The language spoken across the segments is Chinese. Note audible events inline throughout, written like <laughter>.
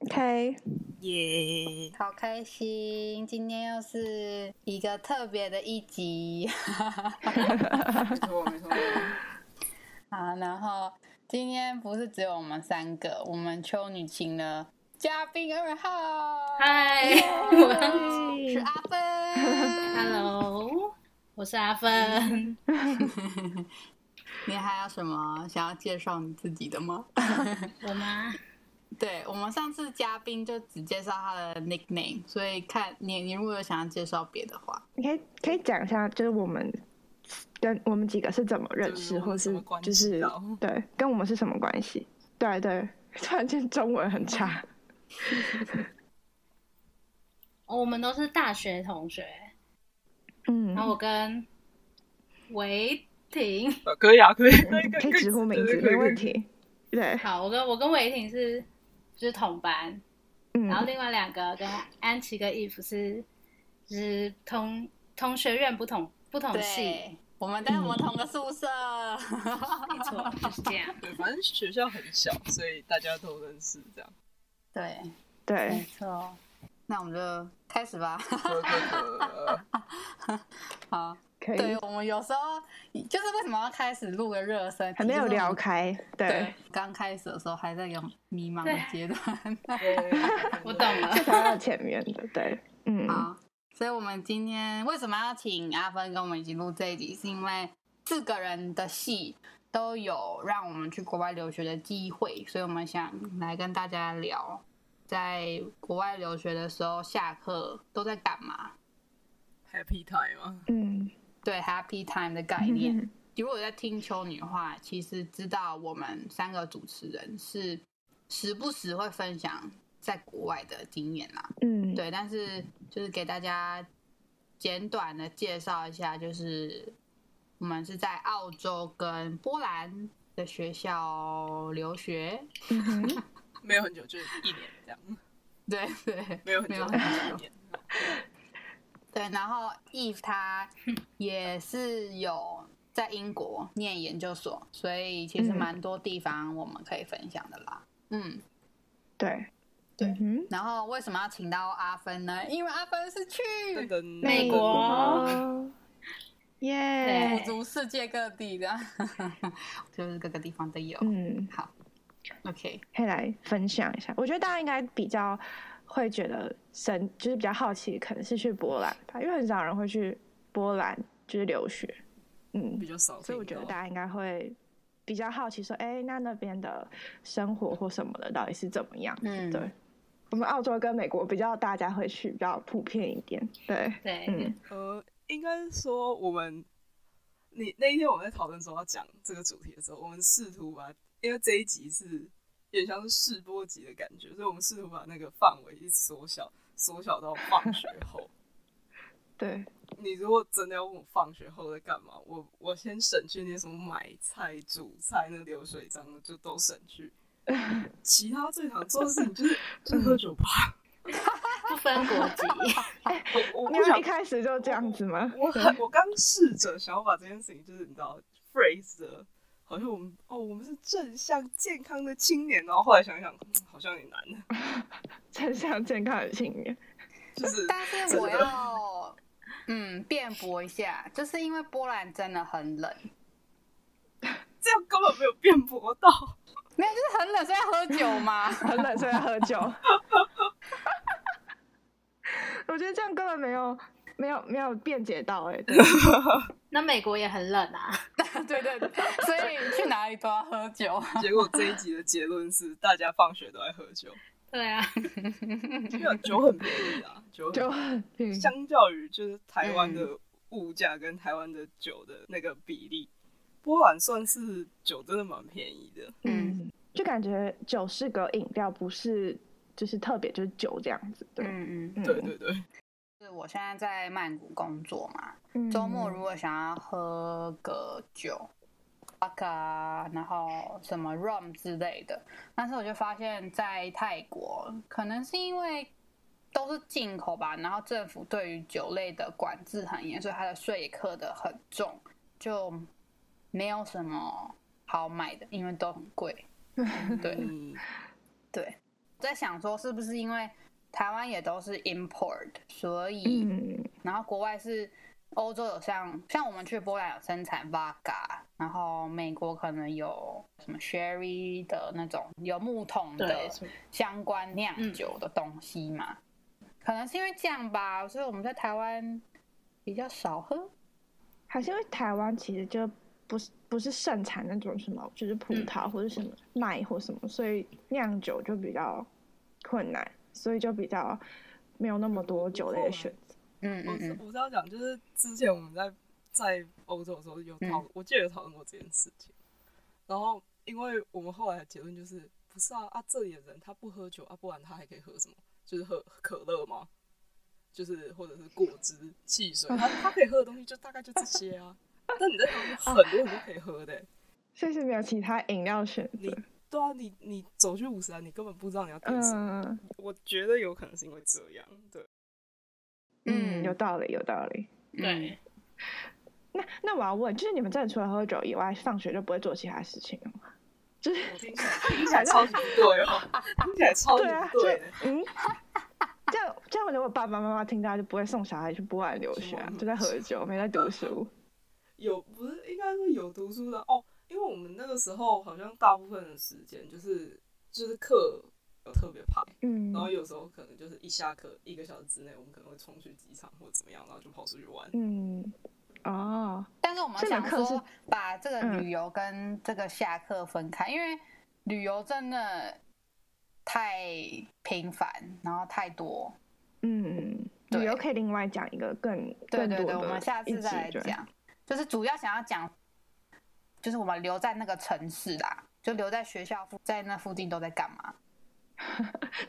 OK，耶！好开心！今天又是一个特别的一集， <laughs> 没错没错，啊，然后今天不是只有我们三个，我们秋女请了嘉宾二号，嗨，是阿 <laughs> 芬。 ，Hello，我是阿芬。你还有什么想要介绍你自己的吗？ <laughs> 我吗？对我们上次嘉宾就只介绍他的 nickname，所以看你你如果有想要介绍别的话，你可以可以讲一下，就是我们跟我们几个是怎么认识，对我或们是什么关系就是到对，跟我们是什么关系？对对，突然间中文很差，哦我们都是大学同学，嗯然，后我跟维婷，呃可以啊，可以，可以，嗯可以直呼名字，没问。题。对，好，我跟我跟维婷是就是同班，嗯然，后另外两个跟安琪跟 Eve 是就是同同学院不同不同系，对，我们但我们同个宿舍，没 <laughs> 错，就是这样。对，反正学校很小，所以大家都认识这样。对，没对，错。那我们就开始吧。 <laughs> 可可可好，可对以，我们有时候就是为什么要开始录个热身，还没有聊就是开，我们。对对，，刚开始的时候还在一个迷茫的阶段。我懂了这，才到前面的，对，嗯， <laughs> 好，所以我们今天为什么要请阿芬跟我们一起录这一集，是因为四个人的戏都有让我们去国外留学的机会，所以我们想来跟大家聊，在国外留学的时候下课都在干嘛？ Happy time 啊吗？嗯，对，Happy Time 的概念。如果有在听秋女的话，其实知道我们三个主持人是时不时会分享在国外的经验啦。嗯，对，但是就是给大家简短的介绍一下，就是我们是在澳洲跟波兰的学校留学。嗯哼，没有很久，就是一年这样，对对，没有很没有久，很就是一久年。对，然后 Eve 他也是有在英国念研究所，所以其实嗯蛮多地方我们可以分享的啦。嗯，对，对嗯哼，然后为什么要请到阿芬呢？因为阿芬是去噔噔，美国哦，补耶，足世界各地的， <laughs> 就是各个地方都有。嗯。好，OK，可以来分享一下。我觉得大家应该比较会觉得神，就是比较好奇，可能是去波兰吧，因为很少人会去波兰就是留学，嗯比，较少听到，所以我觉得大家应该会比较好奇，说，哎、那那边的生活或什么的到底是怎么样？嗯对。我们澳洲跟美国比较，大家会去比较普遍一点，对，对，嗯，呃，应该说我们，你那一天我们在讨论说要讲这个主题的时候，我们试图把，因为这一集是有点像是试播集的感觉，所以我们试图把那个范围一直缩小，缩小到放学后。对，你如果真的要问我放学后在干嘛，我我先省去那些什么买菜、煮菜、那流水账的，就都省 <laughs> 去。其他最常做的事情就是就是喝酒吧。不分国籍， <laughs> 我我你不想要一开始就这样子吗？我很我刚试着想要把这件事情，就是你知道 phrase 的，好像我们哦，我们是正向健康的青年，然后后来想想，嗯好像也难，正向健康的青年，就是 <laughs> 但是真我的要嗯辩驳一下，就是因为波兰真的很冷，这样根本没有辩驳到，没有就是很冷，所以要喝酒 <laughs> 嘛。很冷，所以要喝酒。 <laughs> 我觉得这样根本没有没有没有辩解到哎、欸，对那美国也很冷啊。对对，对所以去哪里都要喝酒。结果这一集的结论是大家放学都在喝酒，对啊，没有酒很便宜啊，酒就 <laughs> 很很嗯相较于就是台湾嗯的物价跟台湾的酒的那个比例，波兰算是酒真的蛮便宜的，嗯，就感觉酒是个饮料，不是就是特别就是酒这样子，对，嗯嗯，嗯对对对，就是我现在在曼谷工作嘛，嗯周末如果想要喝个酒 v o 然后什么 rum 之类的，但是我就发现，在泰国可能是因为都是进口吧，然后政府对于酒类的管制很严，所以它的税也课得很重，就没 <laughs> 有什么好买的，因为都很贵。对嗯。对，在想说是不是因为台湾也都是 import，所以、嗯，然后国外是欧洲有像像我们去波兰有生产 vodka，然后美国可能有什么 sherry 的那种有木桶的对什么相关嗯酿酒的东西嘛，可能是因为这样吧，所以我们在台湾比较少喝。还是因为台湾其实就不是不是盛产那种什么，就是嗯葡萄或者什么麦或什么，所以酿酒就比较困难，所以就比较没有那么多酒类的选择。嗯我哦嗯是嗯，我是要讲，就是之前我们在在欧洲的时候有讨，嗯我记得有讨论过这件事情。然后，因为我们后来的结论就是，不是啊啊，这里的人他不喝酒啊，不然他还可以喝什么？就是喝可乐吗？就是或者是果汁、汽水，他他可以喝的东西就大概就这些啊。但你在台湾有很多很多可以喝的欸、所以是没有其他饮料选择你。对啊，你你走去五十啊，你根本不知道你要点什么。嗯我觉得有可能是因为这样，对。嗯，嗯有道理，有道理。对，那那我要问，就是你们真的除了喝酒以外，放学就不会做其他事情了吗？就是我听起来 <laughs> 听起来超级不对哦， <laughs> 听起来超级对啊，不就对的。嗯，这样这样，如果爸爸妈妈听到，就不会送小孩去波兰留学、啊，就在喝酒，没在读 <laughs> 书。有不是应该说有读书的哦，因为我们那个时候好像大部分的时间就是就是课有特别排，嗯然后有时候可能就是一下课一个小时之内，我们可能会冲去机场或怎么样，然后就跑出去玩。嗯，哦，但是我们这门想课说是把这个嗯旅游跟这个下课分开，因为旅游真的太频繁，然后太多。嗯，对旅游可以另外讲一个更对更对多对，的我们下一次集再来对讲，就是主要想要讲，就是我们留在那个城市啦，就留在学校附在那附近都在干嘛？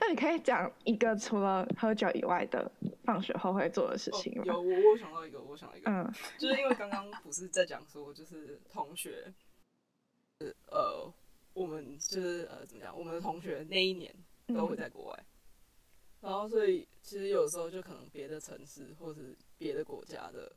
那你可以讲一个除了喝酒以外的放学后会做的事哦情，吗？有我我想到一个，我想到一个，嗯就是因为刚刚不是在讲说，就是同学，呃，我们就是呃怎么讲，我们的同学那一年嗯都会在国外，然后所以其实有时候就可能别的城市或是别的国家的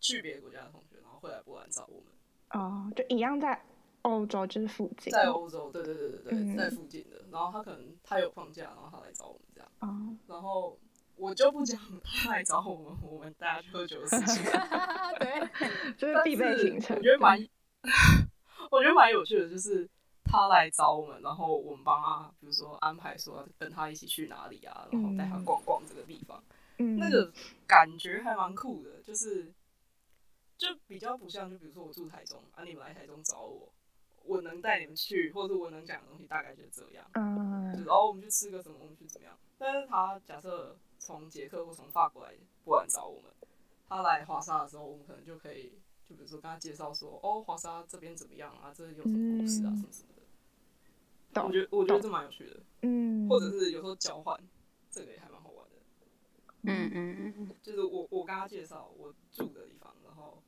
去别的国家的同学，然后会来波兰找我们，哦，就一样在欧洲就是附近在欧洲，对对对对对，嗯在附近的，然后他可能他有放假，然后他来找我们这样，哦，然后我就不讲他来找我们，我们大家去喝酒的事情。对，就是但必备行程。我觉得蛮， <laughs> 我觉得蛮有趣的，就是他来找我们，然后我们帮他，比如说安排说跟他一起去哪里啊，然后带他逛逛这个地方，嗯那个感觉还蛮酷的，就是就比较不像，就比如说我住台中，啊，你们来台中找我，我能带你们去，或者我能讲的东西大概就是这样。就嗯是哦，我们去吃个什么，我们去怎么样？但是他假设从捷克或从法国来波兰找我们，他来华沙的时候，我们可能就可以，就比如说跟他介绍说，哦，华沙这边怎么样啊，这里有什么故事啊，嗯什么什么的。懂我觉得我觉得这蛮有趣的，嗯，或者是有时候交换，这个也还蛮好玩的。嗯嗯嗯，就是我我跟他介绍我住的地方，然后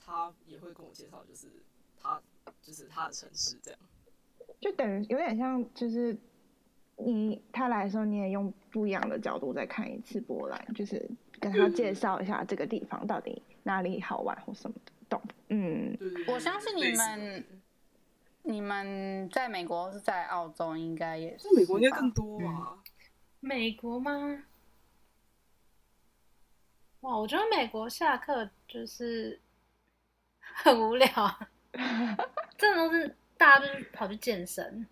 他也会跟我介绍，就是他就是他的城市这样。就等于有点像，就是你他来的时候，你也用不一样的角度再看一次波兰，就是跟他嗯介绍一下这个地方到底哪里好玩或什么的，懂？嗯，对对对我相信类你似的们你们在美国是在澳洲，应该也是那美国应该吧更多吧？嗯美国吗？哇，我觉得美国下课就是很无聊，真的都是大家就是跑去健身、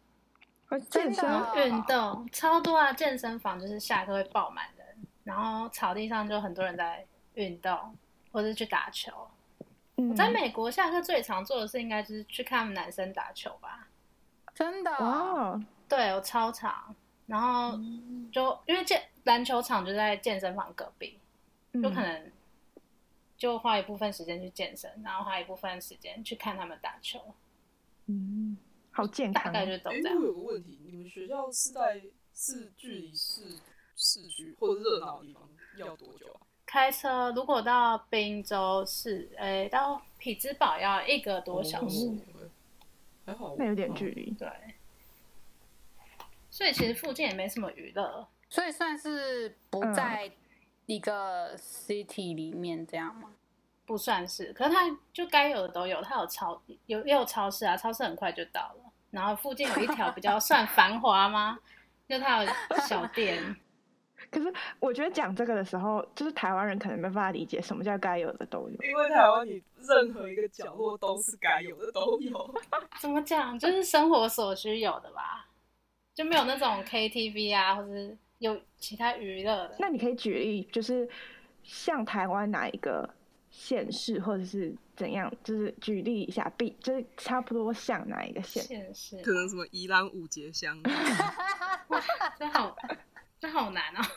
而真健身的啊运动，超多啊！健身房就是下课会爆满人，然后草地上就很多人在运动，或者是去打球。嗯我在美国下课最常做的事，应该就是去看男生打球吧。真的哇啊，哦，对，有操场，然后就因为健篮球场就在健身房隔壁，嗯就可能就花一部分时间去健身，然后花一部分时间去看他们打球，嗯，好健大康哦，概就都哎、这样我。有个问题，你们学校是在是距离市市区或者热闹的地方要多久啊？开车如果到滨州市，诶，到匹兹堡要一个多小时，哦还好，哦那有点距。离。对。所以其实附近也没什么娱乐，所以算是不嗯在一个 city 里面这样吗？不算是，可是它就该有的都有，它有超有也有超市啊，超市很快就到了。然后附近有一条比较算繁华吗？就它有小店，可是我觉得讲这个的时候，就是台湾人可能没办法理解什么叫该有的都有。因为台湾你任何一个角落都是该有的都有，怎么讲？就是生活所需有的吧，就没有那种 KTV 啊，或是有其他娱乐的。那你可以举例，就是像台湾哪一个县市，或者是怎样，就是举例一下，比就是差不多像哪一个县？现实，可能什么宜兰五节啊香，这好，这好难哦。 <laughs>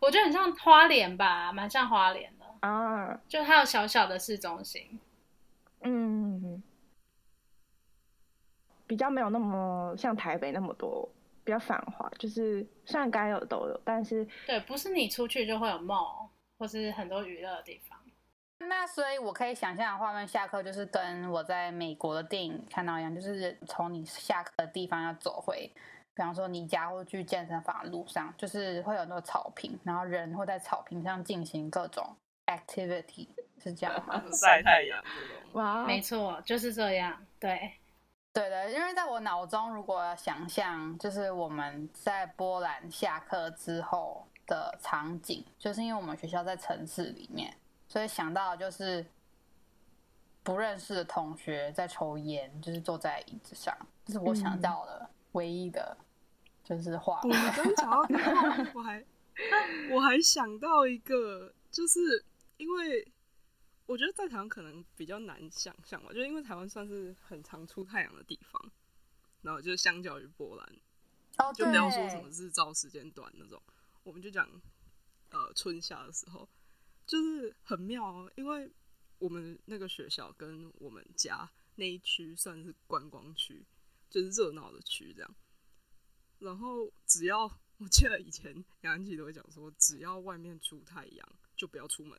我觉得很像花莲吧，蛮像花莲的，啊，就它有小小的市中心，嗯，比较没有那么像台北那么多，比较繁华。就是虽然该有的都有，但是对，不是你出去就会有 mall 或是很多娱乐的地方。那所以，我可以想象的画面，下课就是跟我在美国的电影看到一样，就是从你下课的地方要走回，比方说你家或去健身房的路上，就是会有很多草坪，然后人会在草坪上进行各种 activity，是这样吗？ <laughs> 晒太阳这种。哦哇没错，就是这样。对，对的，因为在我脑中，如果要想象，就是我们在波兰下课之后的场景，就是因为我们学校在城市里面，所以想到就是不认识的同学在抽烟，就是坐在椅子上，这、是我嗯想到的唯一的，就是画我面。刚讲到台湾，我还我还想到一个，就是因为我觉得在台湾可能比较难想象吧，就是因为台湾算是很常出太阳的地方，然后就是相较于波兰，哦，就对，不要说什么日照时间短那种，我们就讲呃春夏的时候，就是很妙哦，因为我们那个学校跟我们家那一区算是观光区，就是热闹的区这样。然后只要我记得以前杨安琪都会讲说，只要外面出太阳就不要出门，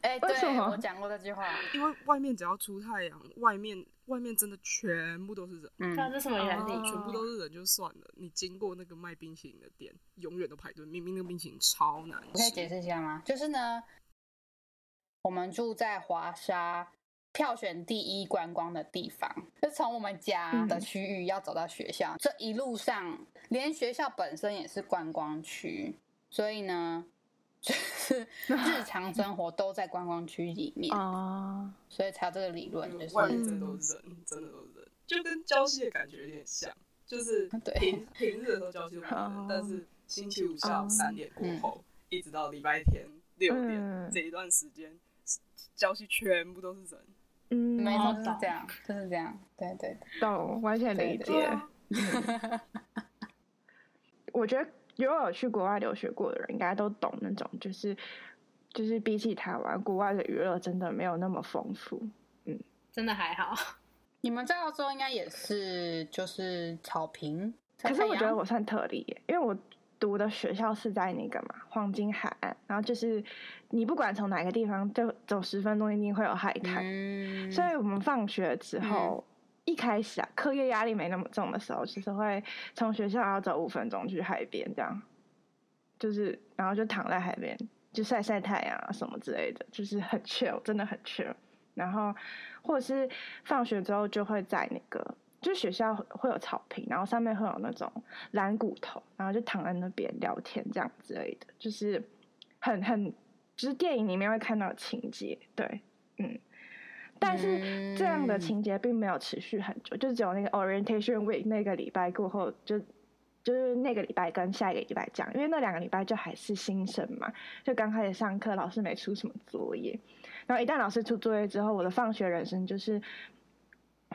哎，为什对，么我讲过这句话，因为外面只要出太阳，外面外面真的全部都是人。嗯，那这是什么原理？然后全部都是人就算了，你经过那个卖冰淇淋的店，永远都排队。明明那个冰淇淋超难我可以解吃，释一下吗？就是呢，我们住在华沙，票选第一观光的地方，就从我们家嗯的区域要走到学校，这一路上连学校本身也是观光区，所以呢，就是 <laughs> <laughs> 日常生活都在观光区里面，啊，所以才有这个理论，就就嗯外是面真的都是人，真的都是人，就跟郊区的感觉有点像，就是 <laughs> 对平平日的时候郊区都没有人哦，但是星期五下午哦三点过嗯后，一直到礼拜天六点嗯这一段时间，郊区全部都是人。嗯，没错，哦就是这样，就是这样，对对对，懂，完全理对解。嗯我觉得如果有去国外留学过的人，应该都懂那种，就是就是比起台湾，国外的娱乐真的没有那么丰富。真的还好。你们在澳洲应该也是，就是草坪。晒可是太我觉得阳我算特例耶，因为我读的学校是在那个嘛黄金海岸，然后就是你不管从哪个地方，就走十分钟一定会有海滩。嗯，所以我们放学之后，一开始啊课业压力没那么重的时候，就是会从学校要走五分钟去海边，这样就是然后就躺在海边就晒晒太阳啊什么之类的，就是很 chill，真的很 chill。然后或者是放学之后就会在那个。就是学校会有草坪，然后上面会有那种蓝骨头，然后就躺在那边聊天这样之类的，就是很很，就是电影里面会看到的情节，对，嗯。但是这样的嗯情节并没有持续很久，就只有那个 orientation week 那个礼拜过后，就就是那个礼拜跟下一个礼拜讲，因为那两个礼拜就还是新生嘛，就刚开始上课，老师没出什么作业，然后一旦老师出作业之后，我的放学人生就是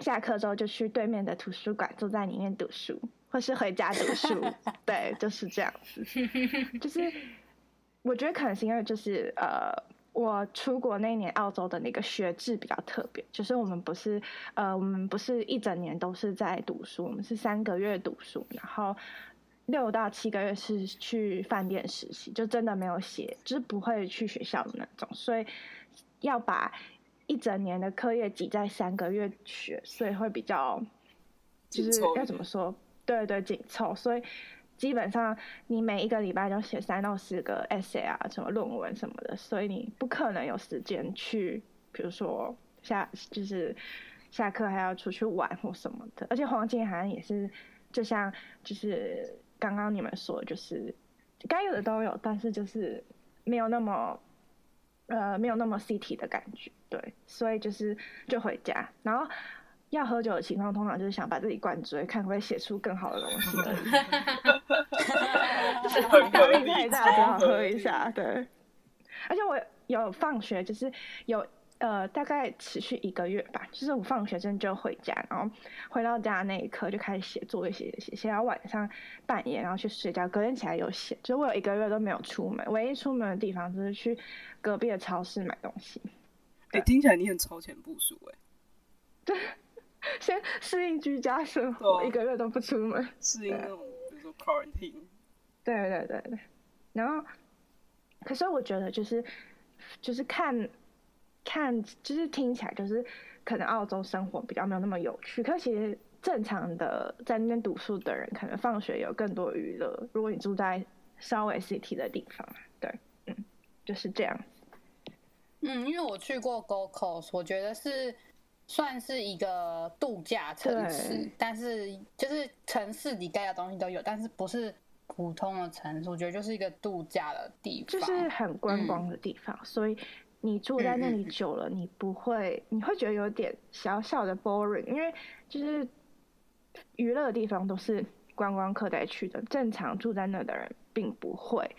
下课之后就去对面的图书馆，坐在里面读书，或是回家读书，对，就是这样子。就是我觉得可能是因为就是呃，我出国那一年澳洲的那个学制比较特别，就是我们不是呃，我们不是一整年都是在读书，我们是三个月读书，然后。六到七个月是去饭店实习，就真的没有写，就是不会去学校的那种，所以要把一整年的课业挤在三个月学，所以会比较就是紧凑一要点怎么说？对对，紧凑。所以基本上你每一个礼拜都写三到四个 essay 啊，什么论文什么的，所以你不可能有时间去，比如说下就是下课还要出去玩或什么的。而且黄金海岸也是就像就是刚刚你们说的，就是该有的都有，但是就是没有那么呃没有那么 city 的感觉，对，所以就是就回家，然后要喝酒的情况，通常就是想把自己灌醉，看会不会写出更好的东西而已，嗯很压嗯 <laughs> 合力理，太大，只好超合喝理一下，对。而且我有放学，就是有呃，大概持续一个月吧，就是我放学真的就回家，然后回到家那一刻就开始写作业，写写写写到晚上半夜，然后去睡觉，隔天起来有写。就是我有一个月都没有出门，唯一出门的地方就是去隔壁的超市买东西，哎、听起来你很超前部署哎、先适应居家生对活，啊一个月都不出门。适应那种比如说 quarantine，对对对对，然后，可是我觉得就是就是看看就是听起来就是可能澳洲生活比较没有那么有趣，可是其实正常的在那边读书的人，可能放学有更多娱乐。如果你住在稍微 city 的地方，对，嗯，就是这样。嗯，因为我去过 Gold Coast，我觉得是算是一个度假城市对，但是就是城市里该有的东西都有，但是不是普通的城市，我觉得就是一个度假的地就方。是很观光的地方，所以你住在那嗯里嗯嗯久了，你不会，你会觉得有点小小的 boring，因为就是娱乐的地方都是观光客在去的，正常住在那的人并不会。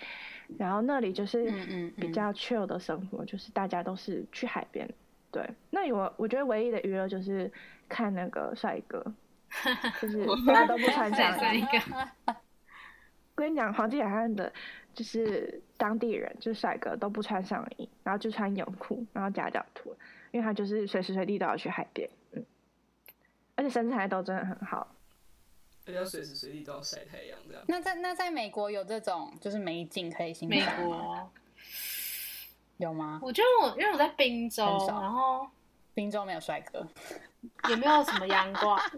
然后那里就是嗯嗯嗯比较 chill 的生活，就是大家都是去海边。对，那里我我觉得唯一的娱乐就是看那个帅 <laughs> 哥，就是大家都不穿再上衣算一个。跟你讲，黄金海岸的，就是当地人，就是帅哥都不穿上衣，然后就穿泳裤，然后夹脚拖，因为他就是随时随地都要去海边，嗯，而且身材都真的很好。 <laughs> 而且要随时随地都要晒太阳这样。那在那在美国有这种就是美景可以欣美赏吗国，有吗？我觉得我因为我在滨州，很少然后滨州没有帅哥，也没有什么阳光， <laughs>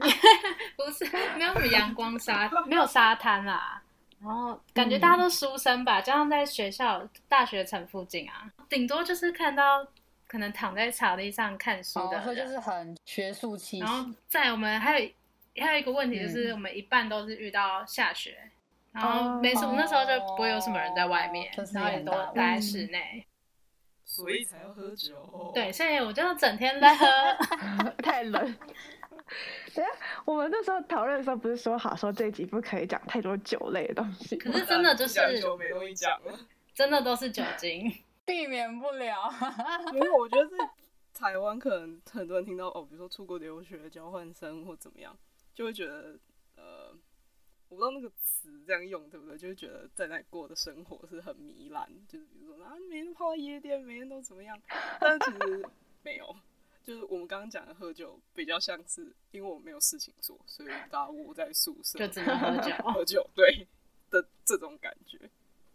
不是没有什么阳光沙， <laughs> 嗯没有沙滩啦。然后感觉大家都书生吧，加上在学校、大学城附近啊，顶多就是看到可能躺在草地上看书哦的，所以就人是很学术气息然。后在我们还有还有一个问题就嗯是，我们一半都是遇到下雪，然后没什么、那时候就不会有什么人在外面，哦这是然后也很都大的待在问题室内。所以才要喝酒。对，，所以我就整天在喝， <laughs> 太冷。等一下，我们那时候讨论的时候不是说好说这一集不可以讲太多酒类的东西吗？可是真的就是 <laughs> 讲酒没东西讲了。真的都是酒精。 <laughs> 避免不了。 <laughs> <laughs> 没有，我觉得在台湾可能很多人听到哦，比如说出国留学、交换生或怎么样，就会觉得呃，我不知道那个词这样用对不对，就会觉得在那里过的生活是很糜烂，就是比如说啊，每天都泡在夜店，每天都怎么样，但其实没有。就是我们刚刚讲的喝酒，比较像是因为我没有事情做，所以大家窝在宿舍就只能喝酒 <laughs> 喝酒，对的这种感觉。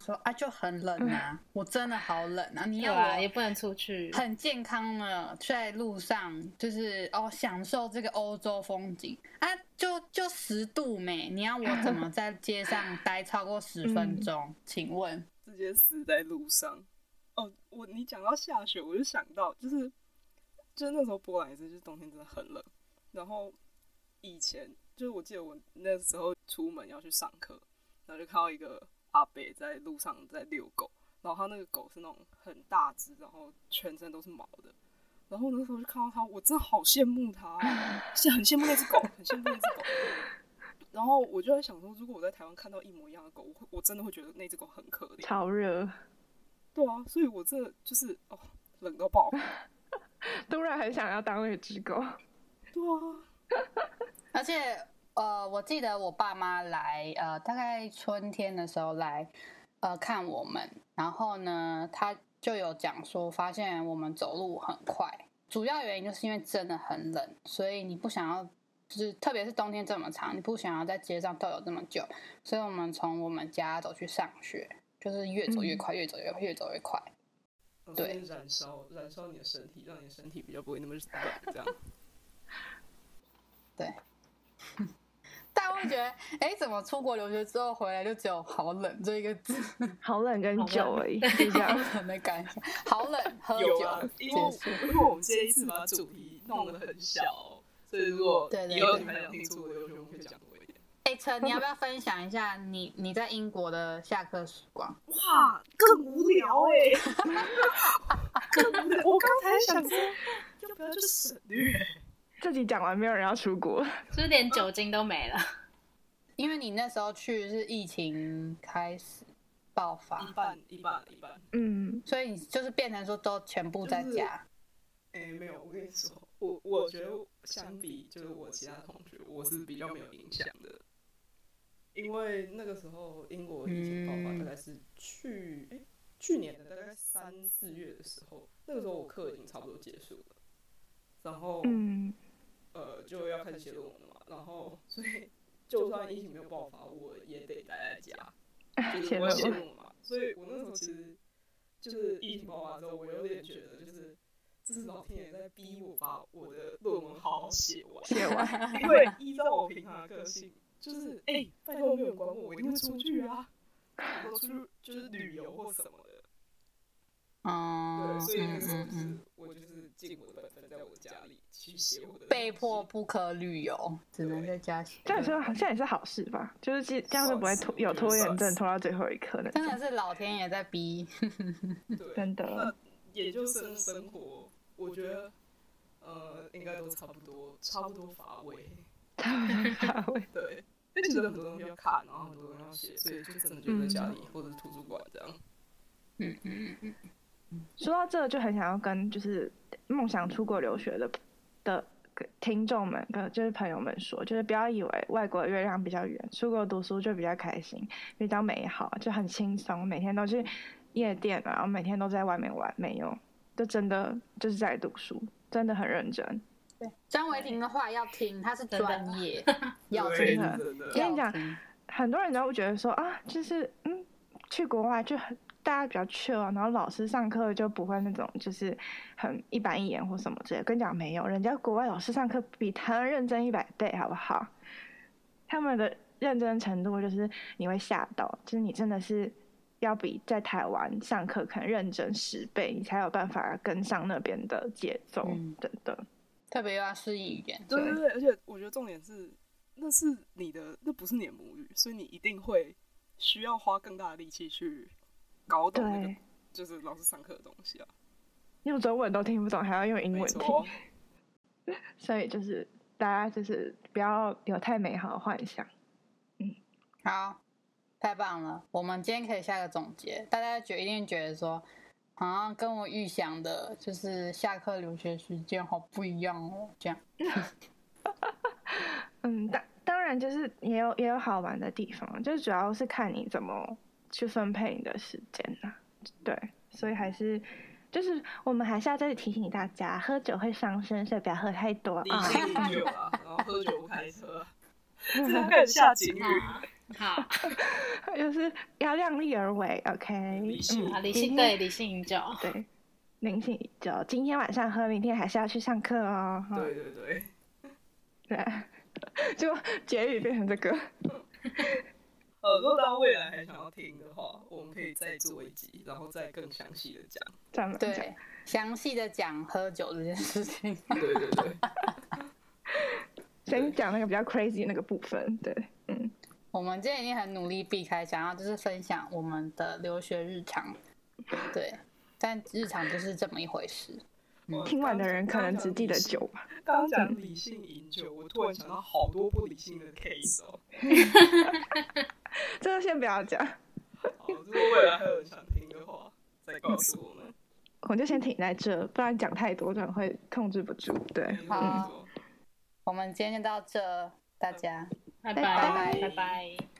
说啊，就很冷嗯啊，我真的好冷啊！你对要啊，也我不能出去。很健康呢，在路上就是哦，享受这个欧洲风景啊，就就十度没，你要我怎么在街上待超过十分钟？请问，直接死在路上。哦，我你讲到下雪，我就想到就是，就是那时候波兰也是，就是冬天真的很冷。然后以前就是我记得我那时候出门要去上课，然后就看到一个阿伯在路上在遛狗，然后他那个狗是那种很大只，然后全身都是毛的。然后我那时候就看到他，我真的好羡慕他哦，是很羡慕那只狗，很羡慕那只狗。 <laughs> 然后我就在想说，如果我在台湾看到一模一样的狗，我会我真的会觉得那只狗很可怜。超热，对啊，所以我这就是哦，冷到 <laughs> 爆。啊突然很想要当那只狗。对啊，而且呃，我记得我爸妈来呃，大概春天的时候来呃看我们，然后呢，他就有讲说，发现我们走路很快，主要原因就是因为真的很冷，所以你不想要。就是，特别是冬天这么长，你不想要在街上逗留这么久，所以我们从我们家走去上学，就是越走越快，越走越快，越走越快。 <laughs> 对先燃烧燃烧你的身体，让你的身体比较不会那么冷，这 <laughs> 样。但我觉得，哎、怎么出国留学之后回来就只有“好冷”这一个字？好冷跟酒而已，就这 <laughs> 好样。冷的感觉，好冷，喝有酒啊，因结为我束。因为我们这一次把主题弄得很小，所以如果对对以后对你们想听出国留学，我们可以讲多一点。哎、哎，陈，你要不要分享一下你你在英国的下课时光？哇，更无聊哎、更无聊。我刚才想 <laughs> 说，要不要就省略？自己讲完，没有人要出国。 <laughs> 就是连酒精都没了。因为你那时候去是疫情开始爆发一，半一半一半。嗯，所以你就是变成说都全部在家。哎、没有，我跟你说，我我觉得相比就是我其他同学，我是比较没有影响的，因为那个时候英国疫情爆发嗯大概是去哎、去年的大概三四月的时候，那个时候我课已经差不多结束了，然后嗯，呃就要开始写论文了嘛，然后所以就算疫情没有爆发，我也得待在家，就是写我要论写文。论文嘛，所以我那时候其实就是疫情爆发之后，我有点觉得就是这是老天爷在逼我把我的论文好好写完，写完，因为依照我平常的个性，就是哎、拜托没有人管我，我一定会出去啊，我出去就是旅游或什么的，嗯对，所以那嗯个时候嗯就嗯，是我就是尽我的本分，在我家里去写我的东西被迫不可旅游，只能在家写。这样说好像也是好事吧？就是这这样就不会拖有拖延症，拖到最后一刻那真种的。是老天爷在逼。对，真的那也就是生活，我觉得呃应该都差不多，差不多乏味， <laughs> 他会对。因为其实很多东西要看，然后很多东西要写，所以就真的就在家里或者是图书馆这样。嗯嗯嗯，说到这，就很想要跟就是梦想出国留学的的听众们跟就是朋友们说，就是不要以为外国的月亮比较圆，出国读书就比较开心，比较美好，就很轻松，每天都去夜店啊，然后每天都在外面玩，没有，就真的就是在读书，真的很认真。对，张维婷的话要听，她是真的专 <laughs> 业，要对听真的真的我跟你要讲听很多人都会觉得说啊，就是嗯，去国外就很大家比较 chill 啊，然后老师上课就不会那种就是很一板一眼或什么之类的。跟你讲没有，人家国外老师上课比台湾认真一百倍，好不好？他们的认真程度就是你会吓到，就是你真的是要比在台湾上课可能认真十倍，你才有办法跟上那边的节奏嗯等等。特别又要适应语言。对对对对，而且我觉得重点是，那是你的，那不是你的母语，所以你一定会需要花更大的力气去搞懂那个对，就是老师上课的东西啊。用中文都听不懂，还要用英没文听。错，所以就是大家就是不要有太美好的幻想。好，太棒了！我们今天可以下个总结，大家觉一定觉得说，好像跟我预想的，就是下课留学时间好不一样哦，这样。嗯，当当然就是也有也有好玩的地方，就是主要是看你怎么去分配你的时间啦、对，所以还是就是我们还是要再提醒大家，喝酒会伤身，所以不要喝太多你啊。敬酒啊，然后喝酒不开 <laughs> 车，这样开始下警语，好，啊 <laughs> 就是要量力而为，OK？理性嗯好理性对理性饮酒，对，明醒酒，今天晚上喝，明天还是要去上课哦。哈对对对，对， <laughs> 就结语变成这个。呃，如果大家未来还想要听的话，我们可以再做一集，然后再更详细的讲。这样讲对，详细的讲喝酒这件事情。 <laughs> <laughs> 对对对， <laughs> 先讲那个比较 crazy 那个部分，对，嗯，我们今天已经很努力避开，想要就是分享我们的留学日常，对，但日常就是这么一回事。我听完的刚人可能只记得。刚讲理性酒吧，刚讲理性饮酒，我突然想到好多不理性 <laughs> 的 case 哦。这个先不要讲，好，如果未来还有人想听的话，再告诉我们。我就先停在这，不然讲太多，真的会控制不住， <laughs> 对，好我们今天就到这，大家。拜拜拜拜拜拜。